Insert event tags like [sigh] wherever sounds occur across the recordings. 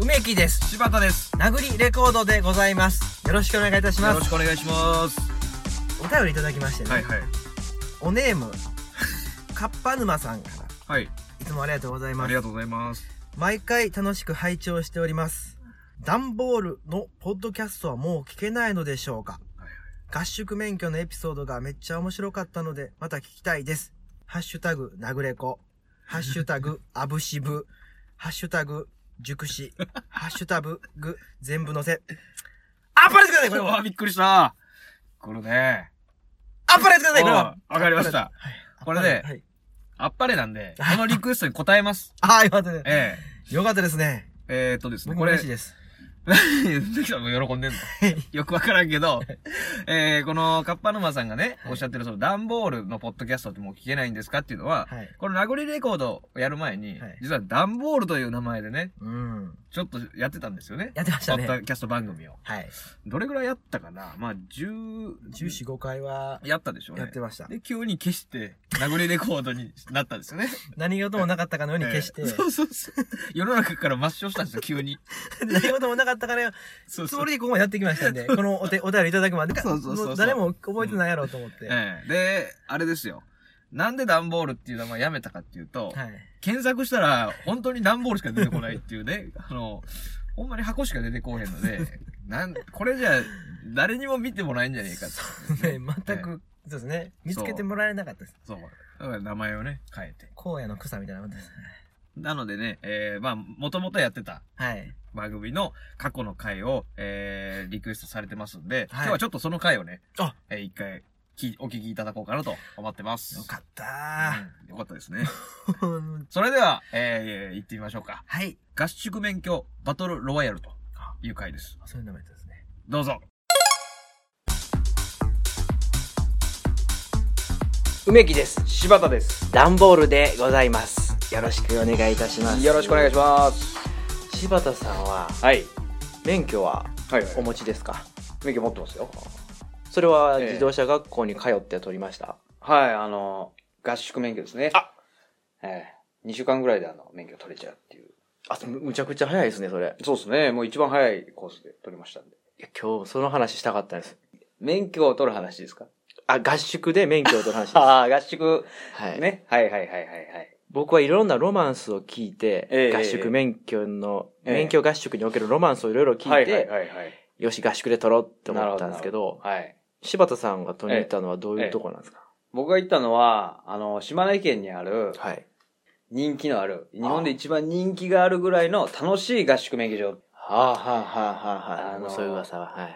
梅木です。柴田です。殴りレコードでございます。よろしくお願いいたしよまろしす。くお願いします。お便りいただきましてね、はいはい。おネーム、 [laughs] カッパ沼さんから、はい。いつもありがとうございあまりす。がとうございます。毎回楽しく拝聴しております。ダンボールのポッドキャストはもう聞けないのでしょうかはい合宿免許のエピソードがめっちゃ面白かったので、また聞きたいです。ハッシュタグ、殴れこ。ハッシュタ [laughs] グ、あぶしぶ。ハッシュタグ、熟し。ハッシュタグ、全部 [laughs] 載せ。あっぱれてください、これうは。わ、びっくりした。これね。あっぱれてください、これは。わかりました。これではい。あっぱれなんで、このリクエストに答え [laughs] ます。ああ、よかったです。えよかったですね。え。えーっとですね、こ僕もれ、嬉しいです。関さんも喜んでんのよくわからんけど、えー、このカッパ沼さんがね、はおいっしゃってるその段ボールのポッドキャストってもう聞けないんですかっていうのは、はい。この名残レコードをやる前に、はい実は段ボールという名前でね、うん。ちょっとやってたんですよね。やってましポたッドね。キャスト番組を。はい。どれぐらいやったかなまあ、10、 14、5回は、やったでしょうね。やってました。で、急に消して、殴りレコードになったん [laughs] ですよね。何事もなかったかのように消してええ、そうそうそう。世の中から抹消したんですよ、急に。何事もなかったかのようにそうつそもう。りでここまでやってきましたんで、このお手お [laughs] 便りいただくまで、そうそうそうそうも誰も覚えてないやろうと思って。はい。ええで、あれですよ。なんで段ボールっていう名前やめたかっていうと、検索したら、本当に段ボールしか出てこないっていうね、 [laughs] あの、ほんまに箱しか出てこうへんので、なん、これじゃ、誰にも見てもらえんじゃねえかってね、全く、そうですね。見つけてもらえなかったです。そう。だから名前をね、変えて。荒野の草みたいなもんですね。なのでね、えー、まあ、もともとやってたはい。番組の過去の回を、えー、リクエストされてますんで、はい今日はちょっとその回をね、あえー、一回き、お聞きいただこうかなと思ってます。よかっうたんよかったですね。ー。それでは、えー、行ってみましょうか。はい。合宿免許バトルロワイヤルという回です。あそういう名前ですね。どうぞ。梅木です。柴田です。ダンボールでございます。よろしくお願いいたします。いいします。ます。柴田さんは、はい。免許ははい、お持ちですか免許持ってますよ。それはええ自動車学校に通って取りました。はい、あの、合宿免許ですね。あええ2週間ぐらいであの、免許取れちゃうっていう。あ、むむちゃくちゃ早いですね、それ。そうですね。もう一番早いコースで取りましたんで。いや今日その話したかったです。免許を取る話ですかあ、合宿で免許を取る [laughs] 話です。はああ、合宿、い、ね。はいはいはいはいはい。僕はいろんなロマンスを聞いて、ええ合宿免許の、ええ免許合宿におけるロマンスをいろいろ聞いて、はいはいはいはい。よし、合宿で取ろうって思ったんですけど、はい。柴田さんが取りに行ったのはどういうところなんですか、僕が行ったのは、あの、島根県にある、はい。人気のある、日本で一番人気があるぐらいの楽しい合宿免許場。はあ、はあはあはあはああ、のーそういう噂は。はい。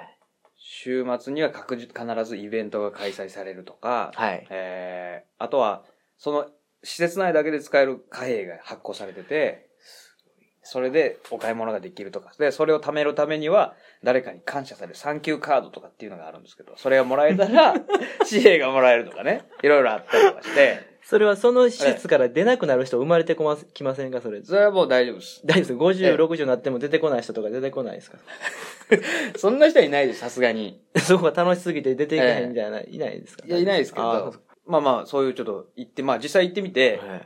週末には確実、必ずイベントが開催されるとか、はい。えー、あとは、その施設内だけで使える貨幣が発行されてて、それでお買い物ができるとか。で、それを貯めるためには、誰かに感謝されるサンキューカードとかっていうのがあるんですけど、それがもらえ [laughs] たら、紙幣がもらえるとかね。いろいろあったりとかして、それはその施設から出なくなる人生まれてこまきませんかそれ。それはもう大丈夫です。大丈夫です。ええ50、60になっても出てこない人とか出てこない [laughs] ですかそんな人はいないです、さすがに。そこが楽しすぎて出ていけへんみたいな、いないですかいや、いないですけああそうどか、まあまあ、そういうちょっと行って、まあ実際行ってみて、はい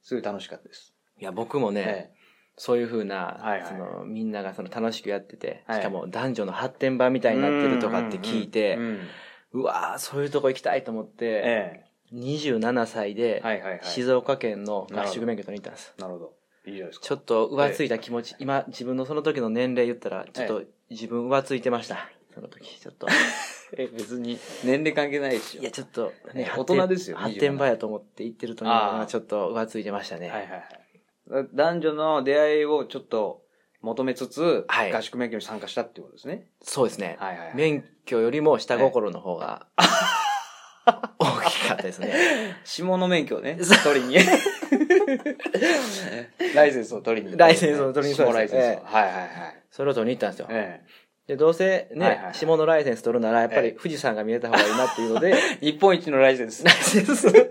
すごい楽しかったです。いや、僕もね、えそういうふうな、はいはいその、みんながその楽しくやってて、はいしかも男女の発展場みたえいになってるとかって聞いて、ううんうんうんわー、そういうとこ行きたいと思って、え27歳えで、はいはいはい。静岡県の合宿免許取りに行ったんです。なるほど。いいじゃないですか。ちょっと浮ついた気持ち、今、自分のその時の年齢言ったら、ちょっと自分浮ついてました。その時、ちょっと。え、別に年齢関係ないですよ。いや、ちょっと、ね、え発大展人ですよ発展場やと思って行ってるとね、ああちょっと浮ついてましたね。はいはいはい。男女の出会いをちょっと求めつつ、はい合宿免許に参加したってことですね。そうですね。はいはい、はい。免許よりも下心の方が、大きかったです [laughs] ね。下の免許を [laughs] ねそ、取りに。ライセンスを取りに。ライセンスを取りに下ライセンスを。ええはいはいはい。それを取りに行ったんですよ。えで、どうせはいはいねは、い下のライセンス取るなら、やっぱえり富士山が見えた方がいいなっていう [laughs] ので、え日本一のライセ [laughs] ンス。ライセンス。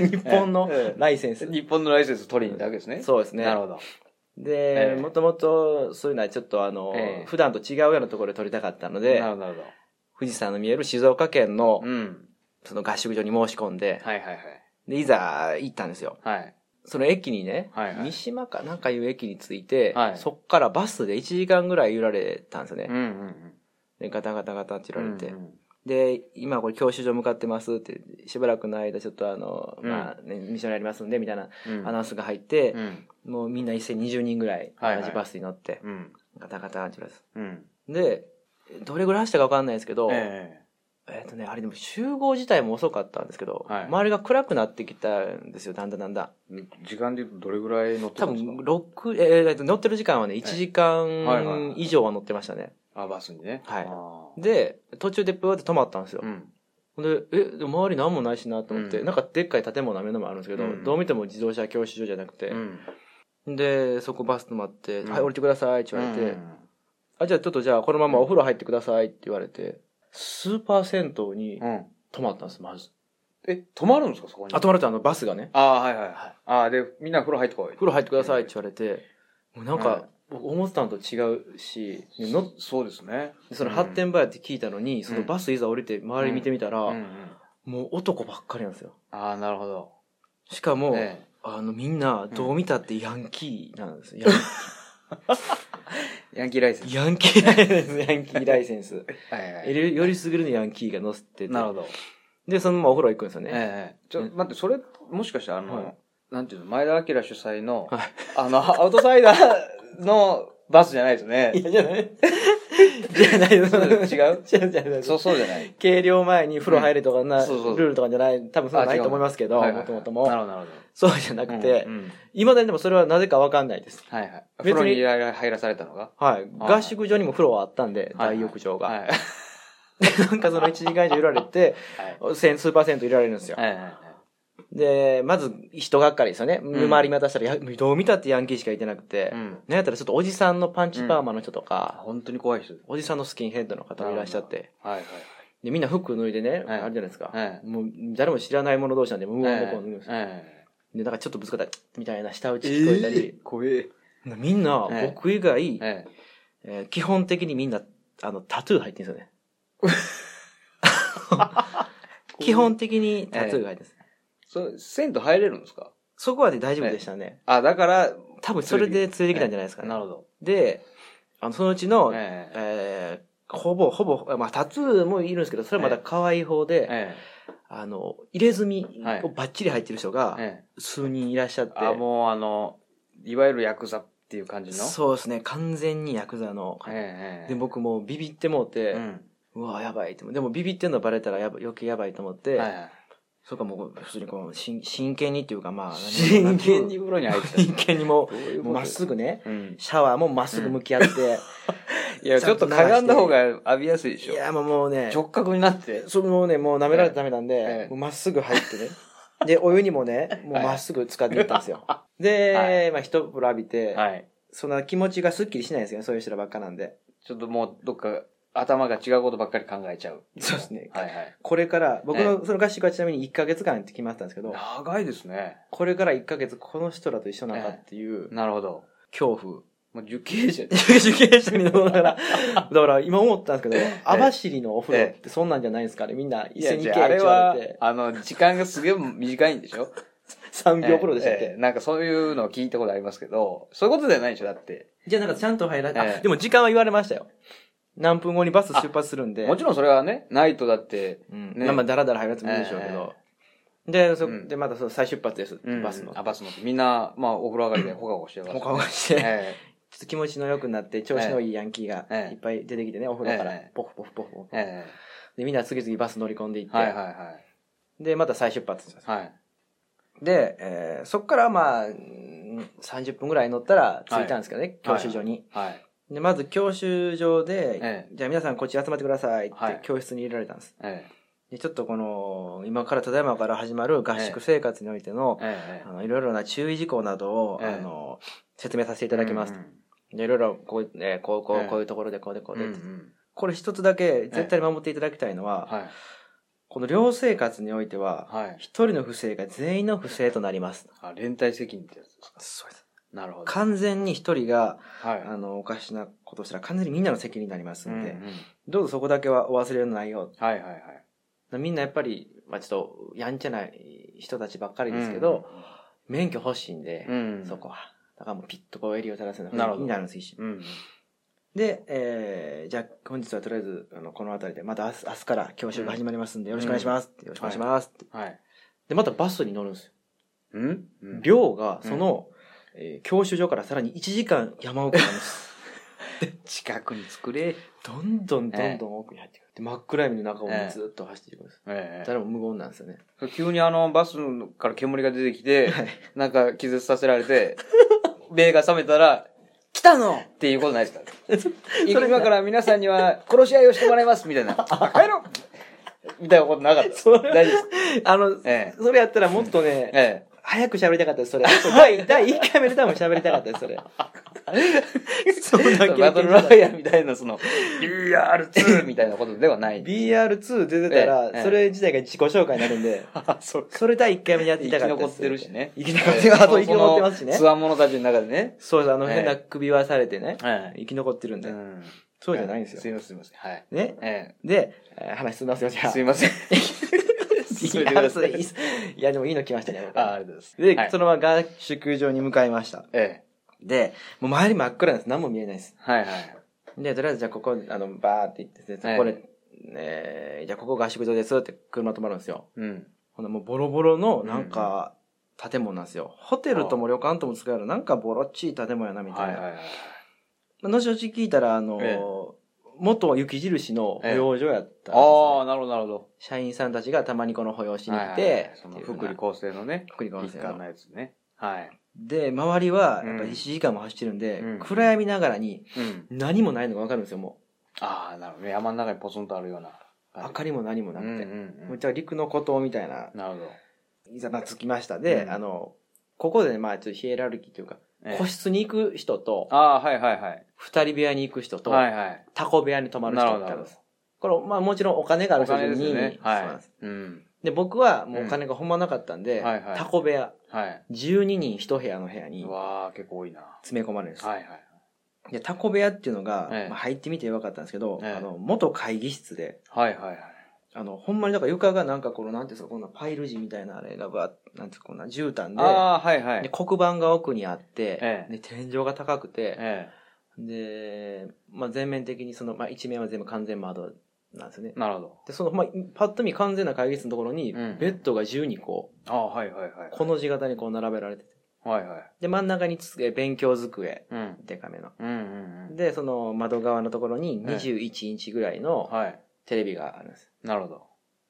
日本のええライセンス。日本のライセンスを取りに行ったわけですね。そうですねな。るほど。えで、えもともとそういうのはちょっとあのええ、普段と違うようなところで取りたかったのでな、るほど、なるほ富士山の見える静岡県のど。うん。その合宿所に申し込んで、はいはいはい。で、いざ行ったんですよ。はい。その駅にね、はいはい三島かなんかいう駅に着いて、はいそっからバスで1時間ぐらい揺られたんですよね。うんうんでガタガタガタってう揺らん。れて、うんで今これ教習所向かってますってしばらくの間ちょっとあの、うんまあね、ミッションやりますんでみたいなうん。アナウンスが入ってう、ん。もうみんな一斉20人ぐらいはいはい同じバスに乗って、うん。ガタガタって揺らすうん。でどれぐらい走ったか分かんないですけど、ええっ、とねあれでも集合自体も遅かったんですけど、はい周りが暗くなってきたんですよだんだんだんだんえ時間で言うとどれぐらい乗って多たんですか分六えーえっと乗ってる時間はね1時はいはいは間い以上は乗ってましたねあ、バスにね。はいい。で途中でプーって止まったんですよ、うん。で、え、でも周り何もないしなと思って、うんなんかでっかい建物は目の前あるんですけど、うんどう見ても自動車教習所じゃなくてう、ん。で、そこバス止まって、うんはい、降りてくださいって言われて、うんあ、じゃあちょっとじゃあこのままお風呂入ってくださいって言われて、スーパー銭湯にうん。泊まったんです、まず。え、泊まるんですかそこに。あ、泊まるってあのバスがね、ああ、はいはいはい。ああ、で、みんな風呂入ってこい。風呂入ってくださいって言われて、もうなんはいか、僕思ってたのと違うし、でのそうですね。その発展場やって聞いたのに、そのバスいざ降りて周り見てみたら、うんうん。もう男ばっかりなんですよ。ああ、なるほど。しかも、えあの、みんな、どう見たってヤンキーなんです。 [laughs] ヤンえヤンキーライセンス。ヤンキーライセンス、ヤンキーライセンス。はいはよりよりすぐるのヤンキーが乗せてて。なるほど。で、そのままお風呂行くんですよね。ええ。ちょ、ね待って、それ、もしかしてあの、はいなんていうの、前田明主催の、はあの、アウトサイダーのバスじゃないですよね。い [laughs] や、じゃない。 [laughs] じゃない。違う違うじゃない違う。そう、そうじゃない。計量前に風呂入れとかな、うんそうそうルールとかじゃない、多分そういうのないあ違うと思いますけど、はもいはいはいともとなるも。ほど、なるほそうじゃなど。くてう、んうんいまだにでもそれはなぜかわかんないです。はいはい。別に風呂に入ら入らされたのがはい。はい合宿所にも風呂はあったんで、はいはい大浴場が。はい。はい [laughs] なんかその1時間以上いられて、千数パーセントいられるんですよ。はいはいはい。で、まず人がっかりですよね。ん周り見渡したらや、どう見たってヤンキーしかいてなくて。うん。なんやったらちょっとおじさんのパンチパーマの人とか、本当に怖い人です。おじさんのスキンヘッドの方もいらっしゃって、はいはい。で、みんな服脱いでね、はいあるじゃないですか。はいもう誰も知らない者同士なんで、無音でこう脱ぐんですよ。えで、なんかちょっとぶつかったら、みたいな舌打えち聞こえたり、怖え。みんなええ僕以外、ええー基本的にみんな、あの、タトゥー入ってるんですよね。基本的にタトゥーが入ってるんです。そう、銭湯入れるんですかそこはで大丈夫でしたね。あ、だから、多分それで連れてきたんじゃないですかね。なるほど。で、あの、そのうちの、ええ。えーほぼ、ほぼ、まあ、タトゥーもいるんですけど、それはまだ可愛い方で、えあの、入れ墨はいをバッチリ入ってる人がえ。、ええ。数人いらっしゃって、あ、もうあの、いわゆるヤクザっていう感じの。そうですね、完全にヤクザの方、ええ。で、僕もうビビってもうて、う。うんわ、やばいって思う。でもビビってんのバレたらやば余計やばいと思って、はいはい。それかもう、普通にこう、しん真剣にっていうか、まあ、真剣に風呂に入ってた。真剣にもどういうう、ことまっすぐね、うん。シャワーもまっすぐ向き合って、いや、ちょっとかがんだ方が浴びやすいでしょい。や、もうもうね、直角になって。それもね、もう舐められてダメなんで、ええもうまっすぐ入って [laughs] ね。で、お湯にもね、もうまっすぐ使っていったんですよ。で、まあ一風呂浴びて、はい。そんな気持ちがスッキリしないんですよね、そういう人らばっかなんで。ちょっともうどっか頭が違うことばっかり考えちゃう。そうですねはいはい。これから、僕えのその合宿はちなみに1ヶ月間って決まってたんですけど、長いですね。これから1ヶ月この人らと一緒なんかっていうなるほど。恐怖。もう受刑者で受刑者になだから、だから今思ったんですけど、網走のお風呂ってそんなんじゃないんですかね、みんな一斉に行けあってれ言わはれて、、あの、時間がすげえ短いんでしょ3秒風呂でしたっえけえ。なんかそういうのを聞いたことありますけど、そういうことじゃないでしょだって。じゃあなんかちゃんと入らない、ええあでも時間は言われましたよ。何分後にバス出発するんで。もちろんそれはね、ないとだって、うん。ねまあまあ、だらだら入るやつもいるでしょうけど。で、そ、うんで、またその再出発です。バスの。あ、バスの。みんな、まあ、お風呂上がりでほかほかしてます、ほかほかしえて、えちょっと気持ちの良くなって、調子のいいヤンキーがええいっぱい出てきてね、お風呂からええ、ポフポフポフポフ。えで、みんな次々バス乗り込んでいっえはいはいて、はい。で、また再出発です。はい。で、えーそっからまあ、うん30分ぐらい乗ったら着いたんですけどね、は教い習所に。はい。で、まず教習所でえ、じゃあ皆さんこっち集まってくださいっはいて教室に入れられたんです。ええでちょっとこの今からただいまから始まる合宿生活においての,、えあのいろいろな注意事項などを、ええあの説明させていえただきます、うんでいろいろこう,、えーこうこえうえこういうところでこうでこううんで、うんこれ一つだけ絶対に守っていただきたいのは、はい。この寮生活においてははい。一人の不正が全員の不正となりますあ、連帯責任ってやつですか。そうですなるほど。完全に一人がはい。あのおかしなことしたら完全にみんなの責任になりますんで、うんうんどうぞそこだけはお忘れのないようはいはいはい。みんなやっぱり、まあ、ちょっとやんちゃな人たちばっかりですけど、免許欲しいんでう、ん。そこは。だからもうピッとこう襟を垂らすようなな感るほじどになるんです、一瞬。うん。で、えー、じゃあ本日はとりあえず、あの、この辺りで、また明日明日から教習が始まりますんで、よろしくお願いします、よろしくお願いします、ってはい。で、またバスに乗るんですよ。うんうん寮が、その、えー教習所からさらに1時間山奥なんです。近くに作れ。どんどんどんどん奥に入ってくる。で、真っ暗闇の中をずっと走っていくんです。え誰も無言なんですよね。え。急にあの、バスから煙が出てき [laughs] て、はいなんか気絶させられて、目が覚めたら、来たのっていうことないですか [laughs] 今から皆さんには殺し合いをしてもらいますみたいな。帰ろうみたいなことなかった。 [laughs] それ大丈夫です。あの、えそれやったらもっとね、 [laughs] え早く喋りたかったです、それ。第、第1回目で多分喋りたかったです、そ [laughs] れ。そんな経え。バトルロ験イヤーみたいな、そ [laughs] の、BR2 みたいなことではない。 BR2 出てたえええら、えそれ自体が自己紹介になるんで、あ、 [laughs] そうそれ第1回目にやって生いたきかった残でっす。てるしね。生き残 [laughs] ってます生き残ってますしねつわものたちの中でね。そうです、あのええ変な首輪されてね、は。生き残ってるんで。そうじゃないんですよすいません、すいません。はい。ね。えで、えー話進んだますよ、じえ。ゃあすい。ません。進めてくださいいやそれいいいや、でもいいの来ましたね。あ、ありがとうございます。で、はいそのまま合宿場に向かいました。ええ。で、もう周り真っ暗なんです。何も見えないです。はいはい。で、とりあえずじゃあここ、あの、バーって行って、ええこれ、えーじゃあここ合宿場ですって車止まるんですよ。うん。ほんでもうボロボロの、なんか、建物なんですよ。ホテルとも旅館とも使える、なんかボロっちい建物やな、みたいはな。いはいはい。まあ後々聞いたら、あの、ええ元雪印の保養所やったんですね、ああ、なるほどなるほど。社員さんたちがたまにこの保養しに行っはいはいはいて、そっのていうふうな福利厚生のね、福利厚一生環のの。やつね。はい。で、周りは、やっぱうんり1時間も走ってるんで、うん暗闇ながらにうん。何もないのがわかるんですよ、もああ、なるほどね。山の中にポツンとあるような。う。明かりも何もななくくて。もて。ううんうんじゃあ陸の孤島みたいな、なるほど。いざなつきました。で、うんあの、ここでね、まあちょっとヒエラルキーというか、ええ個室に行く人と、ああ、はいはいはい。二人部屋に行く人と、はいはい。タコ部屋に泊まる人だったんです。これ、まあもちろんお金があるお人金に、ですそうよね。なんはです。い。うん。で、僕はもうお金がほんまなかったんで、うんはいはいタコ部屋、はい。 12人一部屋の部屋にうわあ、結構多いな。は詰め込まれるんです。いはい。で、タコ部屋っていうのが、ええまあ、入ってみて分かったんですけど、ええあの、元会議室で、はいはいはい。あの、ほんまになんか床がなんかこの、なんていうんですか、こんなパイル地みたいなあれがば、なんていうか、こんな絨毯で、ああ、はいはで、い。黒板が奥にあって、ええで、天井が高くて、えで、まあ、全面的にその、まあ、一面は全部完全窓なんですよねえ。。なるほど。で、その、まあ、パッと見完全な会議室のところに、うんベッドが12個、ああ、はいはいはい。この字型にこう並べられてて、はいはい。で、真ん中に机、勉強机、うん。でかめの。うんうんうん。で、その窓側のところにええ21インチぐらいのはい。テレビがあるんです。なるほど。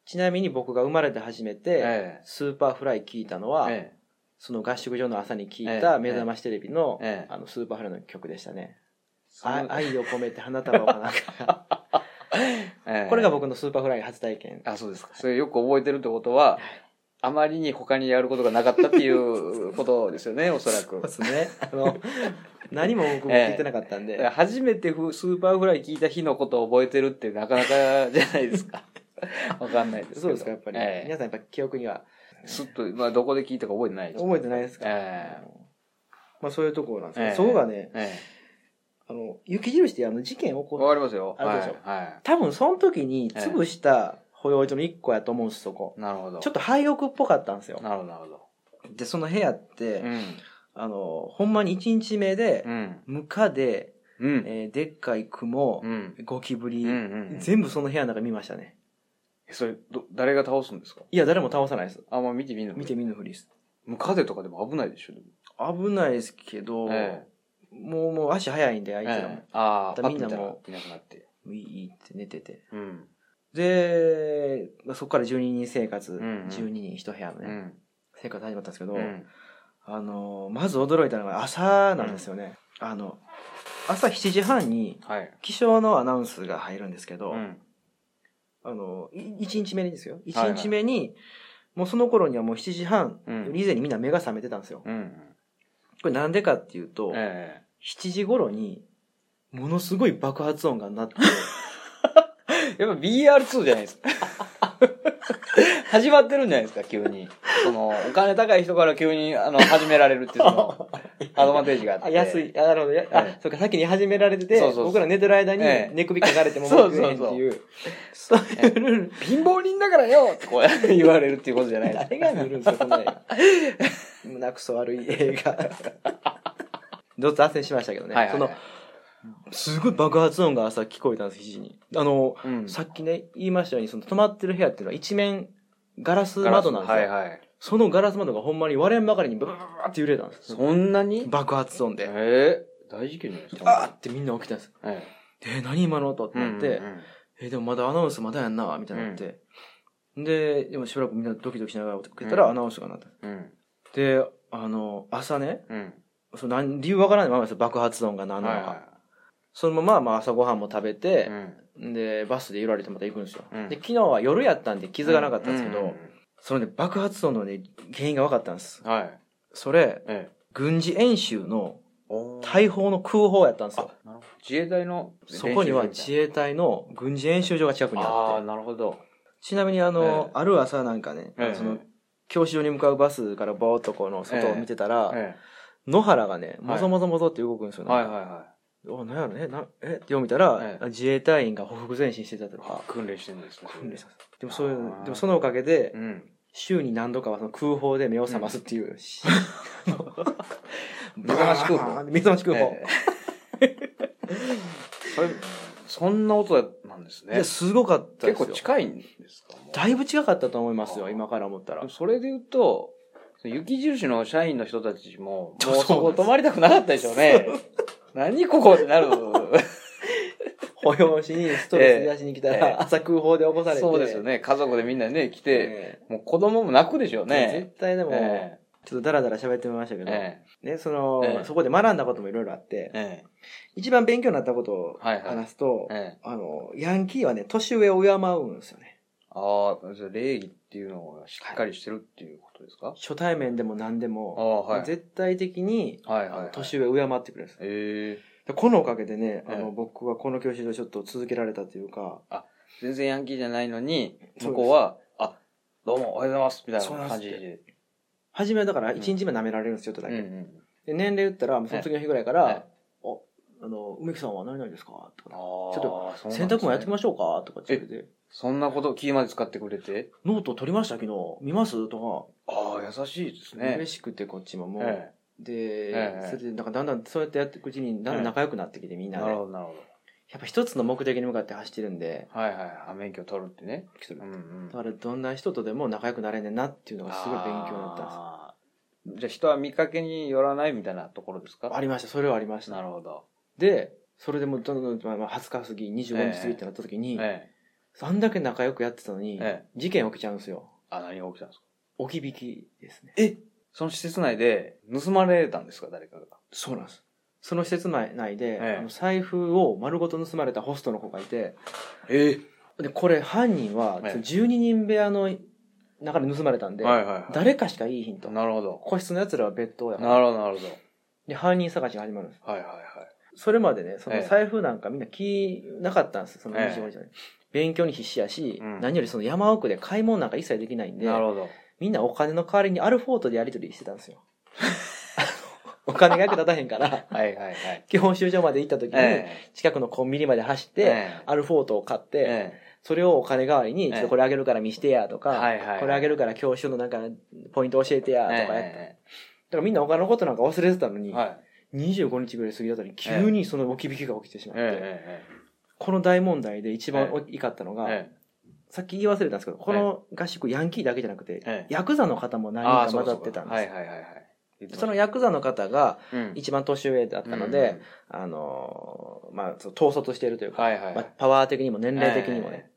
ちなみに僕が生まれて初めて、ええ。スーパーフライ聞いたのは、えその合宿所の朝に聞いええた目覚ましテレビの、ええあのスーパーフライの曲でしたね。あえ。愛を込めて花束をか [laughs] なんか。ええこれが僕のスーパーフライ初体験。あ、そうですか。それよく覚えてるってことは、あまりに他にやることがなかったっていうことです [laughs] よね、おそらそうでく。すね。あ [laughs] の、何も僕も聞いてなかったんで。初めてふスーパーフライ聞いた日のことを覚えてるってなかなかじゃないです [laughs] か。わかんないですけど。そうですか、やっぱり。ええ皆さんやっぱ記憶にはすっと、まあ、どこで聞いたか覚えてない。覚えてないですか、えまあそういうところなんですけど、ええそこがねえ、えあの、雪印ってあの事件起え。こわる。かりますよ。あるでしょはい。は多分その時に潰した保養所の一個やと思うんです、そこ。い。なるほど。ちょっと廃屋っぽかったんですよ。なるほど、なるほど。で、その部屋って、うん。あの、ほんまに1日目で、うん。ムカデ、うん。えーでっかいクモう、ん。ゴキブリ、うんうんうん全部その部屋の中見ましたね。えそれ、ど、誰が倒すんですかいや、誰も倒さないです。あ、まあ見てみんな。見て見ぬふりです。ムカデとかでも危ないでしょ、でも危ないですけど、えもう、もう足早いんで、相手らもえ。えあまたあ、みみんんななももいなくなって。ウィーって寝てて。うん。で、まあ、そこから12人生活、んうん12人一部屋のね、うん。生活始まったんですけど、うん。あの、まず驚いたのが朝なんですよね。あの、朝7時半にはい。気象のアナウンスが入るんですけど、うん。あの、い一日目にですよ。一はいはい日目に、もうその頃にはもう7時半うんより以前にみんな目が覚めてたんですよ。うん。これなんでかっていうと、え7時頃に、ものすごい爆発音が鳴って、えやっぱ BR2 じゃないですか。 [laughs] 始まってるんじゃないですか、急に。その、お金高い人から急に、あの、始められるっていう、その、アドバンテージがあっ [laughs] て。あ安い。あ、なるほど。やえあ、そうか、先に始められてて、そうそうそう僕ら寝てる間にええ寝首かかれても [laughs] 文句言えへんっていう。そういうルール。貧乏人だからよってこう言われるっていうことじゃないです。 [laughs] 誰が見るんですか、こん [laughs] な映画胸くそ悪い映 [laughs] 画。どうぞ脱線しましたけどね。はいはいはいその、すごい爆発音が朝聞こえたんです、肘に。あの、うんさっきね、言いましたように、その泊まってる部屋っていうのは一面、ガラス窓なんですよ。はいはい。そのガラス窓がほんまに割れんばかりにブーって揺れたんです。そんなに爆発音で。ええ大事件じゃないですあーか。ってみんな起きたんです。ええー何今の音ってえなって、うんうんうんえーでもまだアナウンスまだやんな、みたいになって。で、でもしばらくみんなドキドキしながら起きたうらんアナウンスがなった。うん。で、あの、朝ね、うん。その何理由わからないままですよ爆発音が何なのか。そのまま、まあ、朝ごはんも食べいてう、ん。で、バスで揺られてまた行くんですよ。うんで、昨日は夜やったんで傷がなかったんですけど、ううそのね、爆発音のね、原因が分かったんです。うんはい。それ、ええ。軍事演習のおー大砲の空砲やったんですあよ。なるほど自衛隊のそこには自衛隊の軍事演習場が近くにあああって。なるほどちなみにあの、ええある朝なんかね、ええその、教習所に向かうバスからボーっとこの外を見てたら、え野原がね、もぞもぞもぞって動くんですよえね。はいはいはお、なんやろね、な、えって読みたら、ええ自衛隊員がほふ前進してたといあか、訓練してるんですね訓練したんですでもそういうあ、ーでもそのおかげで、うん週に何度かはその空砲で目を覚ますって [laughs] いう、し目覚まし空砲目覚まし空砲え。えそれそんな音なんですいねや、すごかったで結すよ。構近いんですかもうだいぶ近かったと思いますよ、今から思ったらでも。それで言うと雪印の社員の人たちもそうもうそそうなんこです泊まりたくなかったでしょうね [laughs] 何ここってなるの [laughs] 保養しにストレス癒しに来たええら、朝空砲で起こされて。そうですよ。ね家族でみんなね来てえもう子供も泣くでしょうえね絶対でも、えちょっとダラダラ喋ってみましたけえど、えね、その、ええそこで学んだこともいろいろあってえ、え一番勉強になったことをえはいはい話すと、ええあの、ヤンキーはね、年上を敬うんですよね。ああ、じゃあ礼儀っていうのをしっかりしてるっていうことですか、初対面でも何であも、あ、はい。絶対的に、はいはい、はい。年上を敬ってくれるんですよええでこのおかげでね、あえの、え僕はこの教習所ちょっと続けられたというか、全然ヤンキーじゃないのに、そうです向こうは、あ、どうもおはようございます、みたいそうななん感でじすってで。初めはだから1日目舐められるんですよ、ちょっとうだんうけ。でん。年齢言ったら、もうその次の日ぐらいかええら、お、あの、梅木さんは何々ですかとああ、か、ちょっと洗濯もやってきまましょうかとかって言われて、そんなこと、キーまで使ってくれて。ノート取りました昨日、見ますとああ、優しいですか、ね嬉。しくてこっちももう、えで、ええそれでなんかだんだんそうやってやっていくうちに、だんだん仲良くなってきてみんえなで、なるやほど、なるほっぱ一つの目的に向かって走ってるんで、ど。はいはい。あ免許取るってね。うんうんだ。からどんな人とでも仲良くなれねえなっていうのがすごい勉強になったんです。あーじゃあ人は見かけによらないみたいなところですかありました、それはありましなた。るほど。で、それでもうどんどん、まあ、まあ20日過ぎ、25日過ぎってなった時に、えあんだけ仲良くやってたのに、え。ええ。事件起きちゃうんですよ。あ、何が起きたんですか置き引きですね。えその施設内で盗まれたんですか誰かが。そうなんです。その施設内内で、ええあの財布を丸ごと盗まれたホストの子がいて、えで、これ犯人は、ええ12人部屋の中で盗まれたんで、はいはいはい。誰かしかいいヒント。なるほど。個室の奴らは別当やからなるほど、なるほで、犯人探しが始まるんです。ど。はいはいはい。それまでね、そえのえ財布なんかみんな気なかったんです、その25日まで。勉強に必死やし、うん何よりその山奥で買い物なんか一切できないんで、なるほど。みんなお金の代わりにアルフォートでやり取りしてたんですよ。 [laughs] お金が役立たへんから、 [laughs] はいはいはい。基本終場まで行った時に、え近くのコンビニまで走っえ。て、ええアルフォートを買って、えそれをお金代わりに、えちょっとこれあげるから見してやとえか、はいはい。これあげるるから教習のなんか、ポイント教えてやととかかやった。だからみんなお金のことなんか忘れてたのに、はい。 25日ぐらい過ぎた後に急にその置き引きが起きてしまって、えこの大問題で一番え怒ったのえ。が、えさっき言い忘れたんですけど、この合宿ヤンキーだけじゃなくて、ええヤクザの方もえ。何ああ、人そかう混かざそうってたんかはでいす。はいはいはい。言ってましたそのヤクザの方がうん一番年上だったので、、あのーまあ、そう統率しているといううんか、はいはいまはあい。パワー的にも年齢的にもね。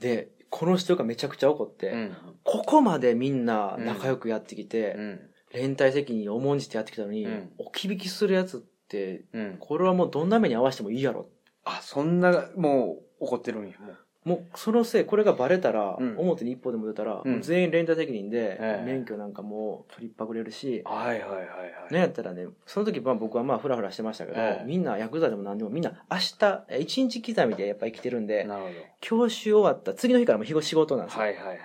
で、この人がめちゃくちゃ怒って、うん。ここまでみんな仲良くやってきて、うん。連帯責任を重んじてやってきたのに、うん置き引きするやつって、うん。これはもうどんな目に合わせてもいいやろ。あ、そんな、もう怒ってるんや。もうそのせい、これがバレたら、うん表に一歩でも出たら、うんもう全員連帯責任で、ええ免許なんかも取りっぱぐれるし、はいはいはいはい。なんやったらね、その時まあ僕はまあフラフラしてましたけど、ええみんなヤクザでも何でもみんな明日、え一日刻みでやっぱ生きてるんで、なるほど。教習終わった次の日からもう日後仕事なんですよ。はいはいはい。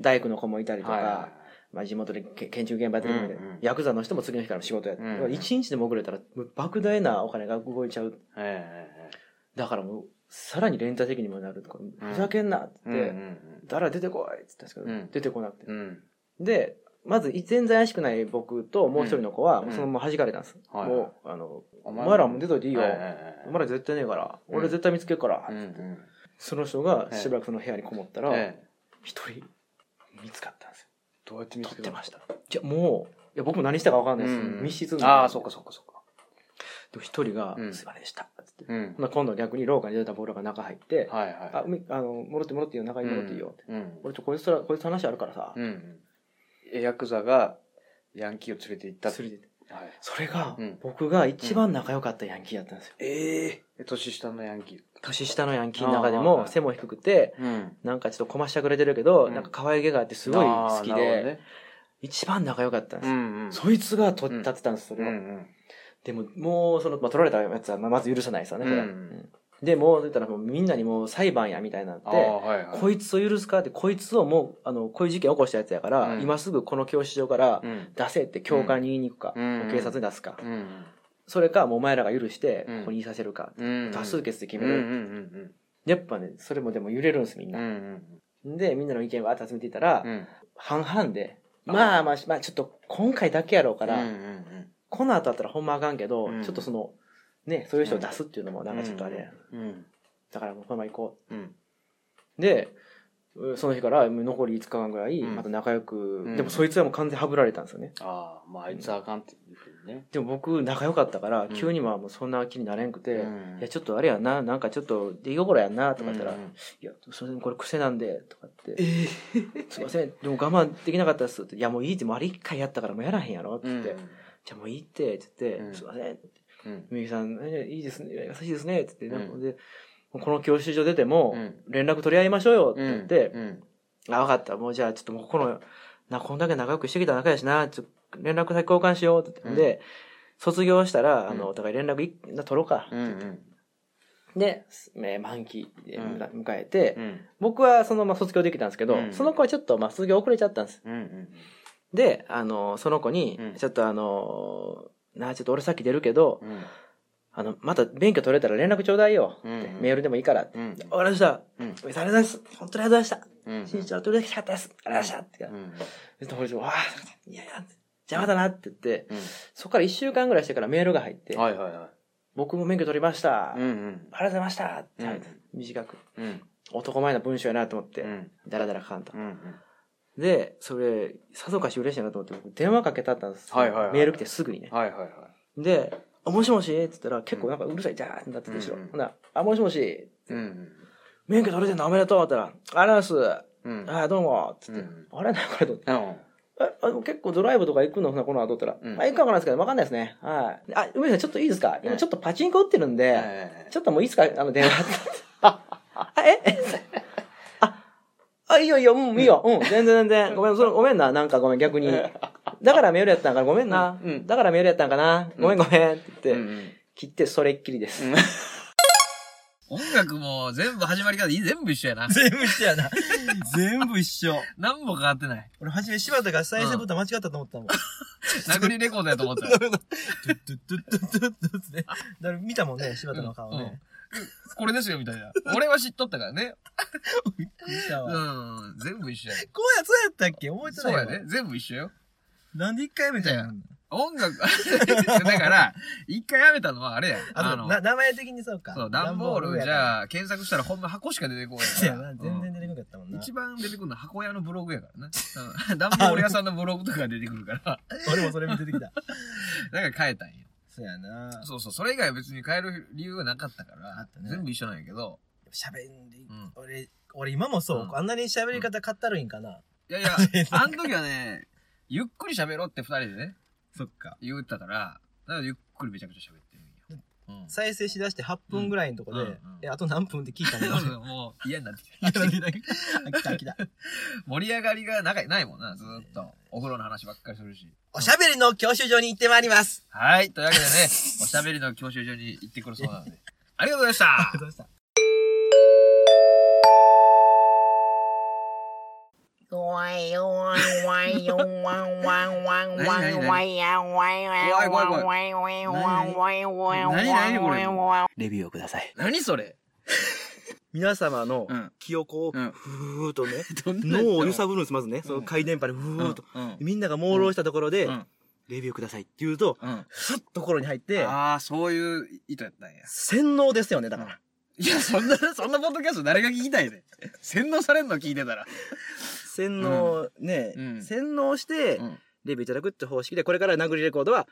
大工の子もいたりとか、はいはいはいまあ、地元でけ建築現場やってるので、うんうんヤクザの人も次の日からの仕事やって、うんうんだから一日でも遅れたら、莫大なお金が動いちゃう。ええだからもう、さらに連帯責任もなるとか、うんふざけんなってええ言って、うん誰出てこいって言ったんですけど、うん出てこなくて。うんうん。で、まず全然怪しくない僕ともう一人の子は、うんそのまま弾かれたんです。はいもう、あの、おお前前ららも出といていいよ。ええお前ら絶対ねえから、うん俺絶対見つけるから、ええうんその人がしばらくその部屋にこもったうらん。、ええ一人見つかったんですよ。どうやって見撮つっけてたまのした。じゃあもう、いや僕も何したか分かんないです。うん密室ああ、そっかそっかそっか。でも一人が、うんすいませんでした。つって。うん。まあ今度は逆に廊下に出たボールが中入って、はいはい。あ、海あの、戻って戻っていいよ、中に戻っていいよって。うん。俺ちょ、こいつら、こいつと話あるからさ、うんうん。えヤクザがヤンキーを連れて行ったって。連れてはい。それが、うん僕が一番仲良かったヤンキーやったんですよ。ええ年下のヤンキー。年下のヤンキーの中であーはもい背も低くて、うん。なんかちょっとこましてくれてるけど、うんなんか可愛げがあってすごい好きあーなるほで、どね一番仲良かったんでうすよ。んうん。そいつがと立ってたんです、それうは。んでも、もう、その、まあ、取られたやつは、まあまず許さないですよね、それはうんうんで、もう、言ったら、もうみんなにもう裁判や、みたいになっあてあ、はいはい。こいつを許すかって、こいつをもう、あの、こういう事件起こしたやつやから、うん今すぐこの教師所からうん。出せって教官に言いに行くか、うん警察に出すか、うんそれか、もうお前らが許して、うんここに言いさせるか、うん。多数決決で決めめる。うんうんやっぱね、それもでも揺れるんです、みんうんうん。うな。んで、みんなの意見をわーって集めていたら、うんうん。半々で、あーまあまあ、まあ、ちょっと今回だけやろうか、からうんうんこの後だったらほんまあかんけど、うんちょっとその、ね、そういう人を出すっていうのもなんかちょっとあれ、うん。うんだからもうこのまま行こうん。う。で、うその日からもう残り5日間ぐらい、うんまた仲良く、うんでもそいつはもう完全ハブられたんですよね。ああ、まああいつはあかんっていうふうにね。でも僕仲良かったからん、急にはもうそんな気になれんくて、うんいや、ちょっとあれやな、なんかちょっと出来心やんな、とか言ったら、うんういんや、それこれ癖なんで、とかって。すいません、でも我慢できなかったですって。いや、もういいって、もうあれ一回やったからもうやらへんやろって言って、じゃあもういいって、って言って、うんすいません、うんうん。みゆきさん、えいいですね、優しいですね、って言って、うんで、この教習所出てもう、ん連絡取り合いましょうよって言って、うんあ、わかった、もうじゃあちょっともうここの、な、こんだけ仲良くしてきた仲やしな、ちょっと連絡先交換しようって言って、で、卒業したら、あうんの、お互い連絡いな取ろうか、うんうんですえー満期でうん迎えて、うん僕はそのまま卒業できたんですけど、うんその子はちょっとまあ卒業遅れちゃったんです。うんうんで、あの、その子にうん、ちょっとあの、なあ、ちょっと俺さっき出るけど、うんうんあの、また免許取れたら連絡ちょうだいよ。うんうんメールでもいいからって。うんわかりました。うおんめでとうございます。本当にありがとうございましうんた。新一は取れてきかったです。ありがとうございました。ってうん言って、俺ちょ、わあ、いやいや、邪魔だなって言って、うそこから一週間ぐらいしてからメールが入ってん、はいはいは僕も免許取りました。あい。りがんとうございました。ってうん入って短く。うんうん男前な文章やなと思っうて、んだらだら書かんとう。んで、それ、さぞかし嬉しいなと思って、僕電話かけたったんです。はいはいはいメール来てすぐにね。はいはいはい。で、あ、もしもしって言ったら、結構なんかうるさい、じゃーってなってて、後ろ。うんうんほな、あ、もしもしうん免許取れてんのおめでとうって言ったら、ありがとうございます。うんうんああ、どうも。つって、うんあれなんかこれと思ってうんえあの結構ドライブとか行くのほなこの後って言ったら、うんあ、行くかわからないですけど、わかんないですね。はい。あ、梅さん、ちょっといいですか今ちょっとパチンコ打ってるんで、えちょっともういいですかあの、 [laughs] 電話。あ、ええ [laughs] あ、あ、いいよいいよ、うん、いいよ、うん、全然全然。ごめん、それごめんな、なんかごめん、逆に。だからメールやったんかな、ごめんな。うんうんだからメールやったんかな、ごめんごめんって言って、うん [laughs] うん切ってそれっきりです。音楽も全部始まり方全部一緒やな。 [laughs] 全部一緒やな。全部一緒。何も変わってない。俺、はじめ柴田が再生ボタン間違ったと思ったもん。殴りレコードやと思った [laughs] なるほど。トゥットゥットゥットゥットゥットゥッって。だから見たもんね、柴田の顔ね。これですよ、みたいな。俺は知っとったからね。見たうわ。こん。全部一緒や。うや、そうやったっけ覚えてそなういやね。。わ全部一緒よ。なんで一回目じゃん。音楽、 [laughs] だから、一回やめたのはあれや。あと、の、な名前的にそうか。そう、段ボールじあ。ゃあ、検索したらほんま箱しか出てこそ [laughs] うへやんかなら。全然う出てこなかったもんんな。一番出てくるのは箱屋のブログやからな。 [laughs] うん段ボール屋さんのブログとか出てくるから。 [laughs] 俺もそれ見ててきた。だから変えたんよ。 [laughs] そうやな。そうそう、それ以外は別に変える理由はなかったから、あったね全部一緒なんやけど。喋んでうん、俺、俺今もそうう。んあんなに喋り方かったるいんかな。いやい [laughs] や、 [laughs] あの時はね、ゆっくり喋ろうって二人でね、そっか。言ったから、だからゆっくりめちゃくちゃ喋ってるんよ。うん再生しだして8分ぐらいのとこうんうでんうん、え、あと何分って聞 [laughs] いたの俺 [laughs] もう嫌になってきあた。来た来た。 [laughs] 盛り上がりがないないもんな、ずーっと。お風呂の話ばっかりするし。おしゃべりの教習所に行ってまいります。はい、というわ [laughs] けでね、おしゃべりの教習所に行ってくるそうなので。ありがとうございましたありがとうございました。レビューをください。何それ皆様のうん記憶をうんふーっと [laughs] ね、どんな脳を揺さぶるんです、まずね。その回電波でふーっと。うんみんなが朦朧したところでう、ん。レビューくださいって言うと、うん。スッと心に入って、ああ、そういう意図やったんや。洗脳ですよね、だから。いや、そんな、そんなポッドキャスト誰が聞きたいねん。洗脳されんの聞いてたら。洗脳、ねう、ん洗脳してう、ん。レビューいただくって方式で、これから殴りレコードは、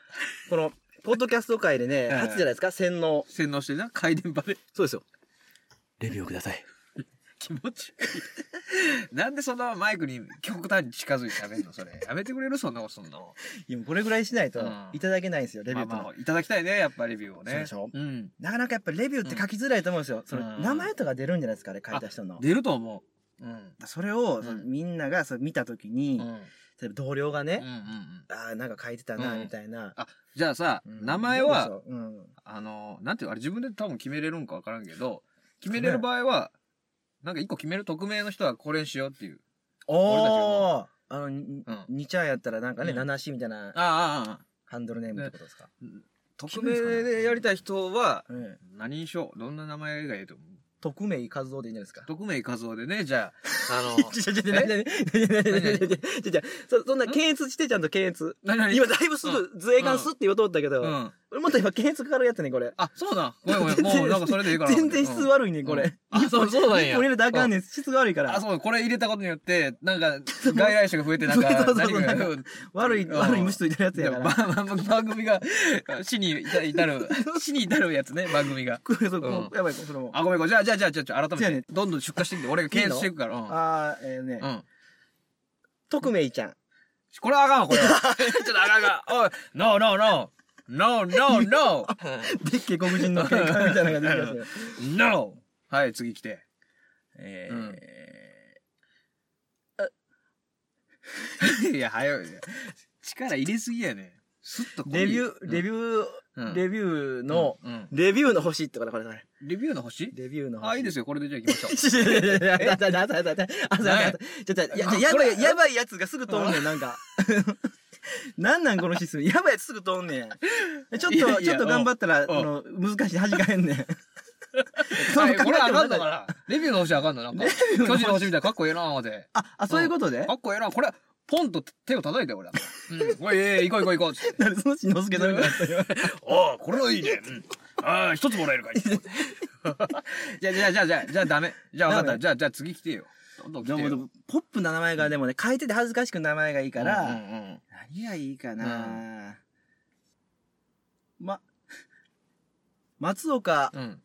この、ポッドキャスト界でね、うん初じゃないですか、洗脳。洗脳してな、回電波で。そうですよ。レビューをください。気持ち悪い。なんでそんなマイクに極端に近づいて喋んのそれ。やめてくれるそんなことすんの。いや、もうこれぐらいしないとうん、いただけないんですよ、レビューまあってのはまあ、いただきたいね、やっぱレビューをね。そうでしょうん。なかなかやっぱレビューって書きづらいと思うんですよ。そのうん名前とか出るんじゃないですか、あれ書いた人の。出ると思う。うん。それを、んそのみんながその見たときに、うん。例えば同僚がうんうんうね、ん。ああ、なんか書いてたな、うんみたいな。じゃあさ、うん名前は、、そううん。あの、なんていうのあれ自分で多分決めれるんかわからんけど、決めれる場合は、なんか一個決める匿名の人はこれにしようっていう。おーあの、にうんにちゃんやったらなんかね、うん七しみたいなああ、ああ、ハンドルネームってことですか。匿名でやりたい人は、うん。何にしよう。どんな名前がいいと思う匿名活動でいいんじゃないですか。匿名和夫でね、じゃ [laughs] あ、あの、ちょちょちょちょちょちょちょちょちょちょそそんな検閲してちゃんと検閲。何々今だいぶすぐ図絵感スって言おうとったけうど、ん。俺また今検閲かかるやつね、これ。あ、そうだ。ごめんごめん。もうなんかそれでいいから。全然質悪いね、こうれん。あそうそうなんや一本入れたらあかんねん。質悪いかうんあ、ら。そう、これ入れたことによって、なん [laughs] か、外来種が増えて、なんか、そうそうそう何なんかかうん悪い、うん悪い虫ついてるやついややから。ばば番組が、死に至至 [laughs] る、死に至るやつね、番組が。これそうこううやばい、それも。あ、ごめんごめん。じゃあ、じゃあ、じゃあ、じゃあじゃあ、改じゃあめねて、どんどん出荷していって、俺が検閲していくから。うんあー、えーねう。ん。匿名ちゃん。これはあかん [laughs] わ、これは。ちょっとあかんあかん。おい、ノーノーノー。ノーノーノー。でっけえ黒人の警官みたいなのが出てきましたよ No! はい、次来て。え [laughs] いや、早い。力入れすぎやね。スッとーレビュー、レビビュうんー、レビューの、うんうんレビューの星ってこれこれこれ。レビューの星レビューの星。あ、いいですよ。これでじゃあ行きま [laughs] しょちょちょちょちょちょあったあったあったあったあったあったちょちょややばいやばいやつがすぐ通んねん、なんか。なんなんこのシステム。やばいやつすぐ通んねん。ちょっいやいやと、ちょっと頑張ったら、あうんの、難しい恥がへんねん。う。そはうい、これあかん考えてのもかな。レビューの星あかんのなんか。巨人の星みたいなかっこええな思って。あ、あ、そういうことでかっこええなこれ、ポンと手を叩いて、俺は。うん。おい、ええ、行こう行こう行こ [laughs] うつって。なんでそのしのすけさんみたいになってる。ああ、これはいいね。うん。ああ、一つもらえるかい。 [laughs] じゃあ、じゃあ、じゃあ、じゃあ、じゃあ、ダメ。じゃあ、分かっダた。メじゃあ、じゃあ、次来てよ。どんどんで来てよ。もポップな名前がでもね、書いてて恥ずかしく名前がいいから、うんうんうん何がいいかな、ま、松岡、うん。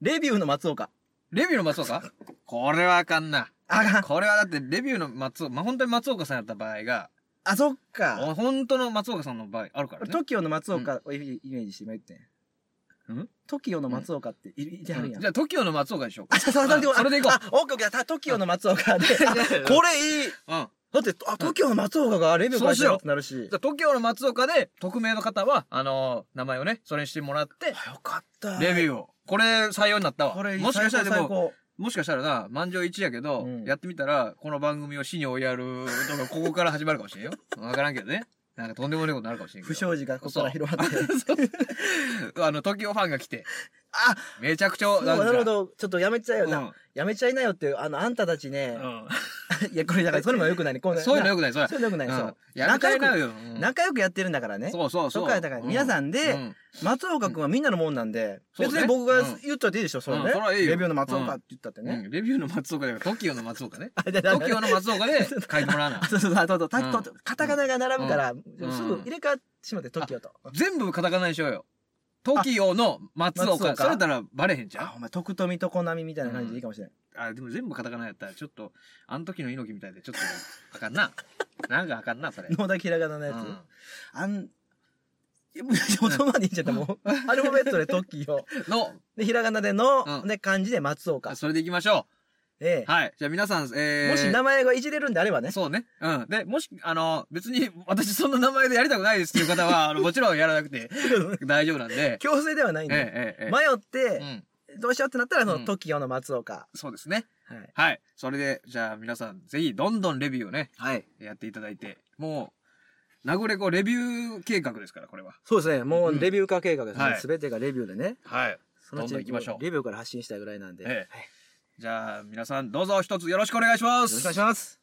レビューの松岡。レビューの松岡これはあかんな。あかんこれはだって、レビューの松岡、まあ、本当に松岡さんやった場合が、あ、そっか。本当の松岡さんの場合あるからね。 TOKIO の松岡をイメージして今言ってん。ん ?TOKIO の松岡ってい,、いてはるやん。じゃあ、TOKIO の松岡にしようか。あ、そうそうそううんそれでいこあ、オッケーオッケー。トキオの松 [laughs] 岡で。あうんこれいい。う。うん。だって、あ、トキオの松岡がレビュー書いてるそうしようってなるしじゃ。あ、TOKIO の松岡で、匿名の方は、あのー名前をね、それにしてもらって、あよかった。レビュューを。これ、採用になったわ。これいい。もしかしたらで最も、高もしかしたらな、満場一致やけど、うんやってみたら、この番組を死に追いやるとか、ここから始まるかもしれんよ。 [laughs] わからんけどね。なんかとんでもないことになるかもしれんけ不ど。祥事がここから広 [laughs] がって。あの、TOKIO ファンが来て、あ、めちゃくちそゃ、うなかるほど。ちょっとやめちゃえよう。なんやめちゃいなよっていう、あの、あんたたちね。 [laughs] いや、これだから、それも良くないね。こ [laughs] そういうのよくない、それ。そういうの良くない。そう。んやめたいな仲良よ。うく、ん仲良くやってるんだからね。そうそうそう。そっかだから皆さんでうう松岡くんはみんなのもんなんで、そうね別に僕がうん言ったっていいでしょ、それね。うんそれはいいよレビューの松岡って言ったってうね。んレビューの松岡だから、TOKIO の松岡ね。あ、じゃあ、だから TOKIO の松岡で書いてもらわなあ。 [laughs] そうそうそう、そうそう、うんたとカタカナが並ぶから、んすぐ入れ替わってしまって、トキオと。全部カタカナにしようよ。TOKIO の松松岡岡。それやったらバレへんじゃあ、ん。お前、徳富とこなみみたいな感じでいいかもしれない。あ、でも全部カタカナやったら、ちょっと、あの時の猪木みたいで、ちょっと、あかんな。なんかあかんな、それ。脳だけひらがなのやつ。うんあん、いやもうそこまで言っちゃった、もう。 [laughs] アルファベットでトキオ。の、で、ひらがなでの、うんで、漢字で松岡。それで行きましょえう。はい。じゃあ皆さん、ええー。もし名前がいじれるんであればね。そうね。うん。で、もし、あの、別に、私そんな名前でやりたくないですっていう方は、あの、もちろんやらなくて大丈夫なんで。強制ではないんええで。ええ、ええ。迷って、うん。どうしようってなったら、その、うん TOKIO の松岡。そうですね。はい。はい。それで、じゃあ皆さん、ぜひ、どんどんレビューをね、はい。やっていただいて、もう、名古レコレビュー計画ですから、これは。そうですね。もう、レビュー化計画ですはねい。すべてがレビューでね。はい。そのうち、どんどん行きましょうレビューから発信したいぐらいなんで。ええはいじゃあ、皆さん、どうぞ一つよろしくお願いしまよろしくおす願いし。ます。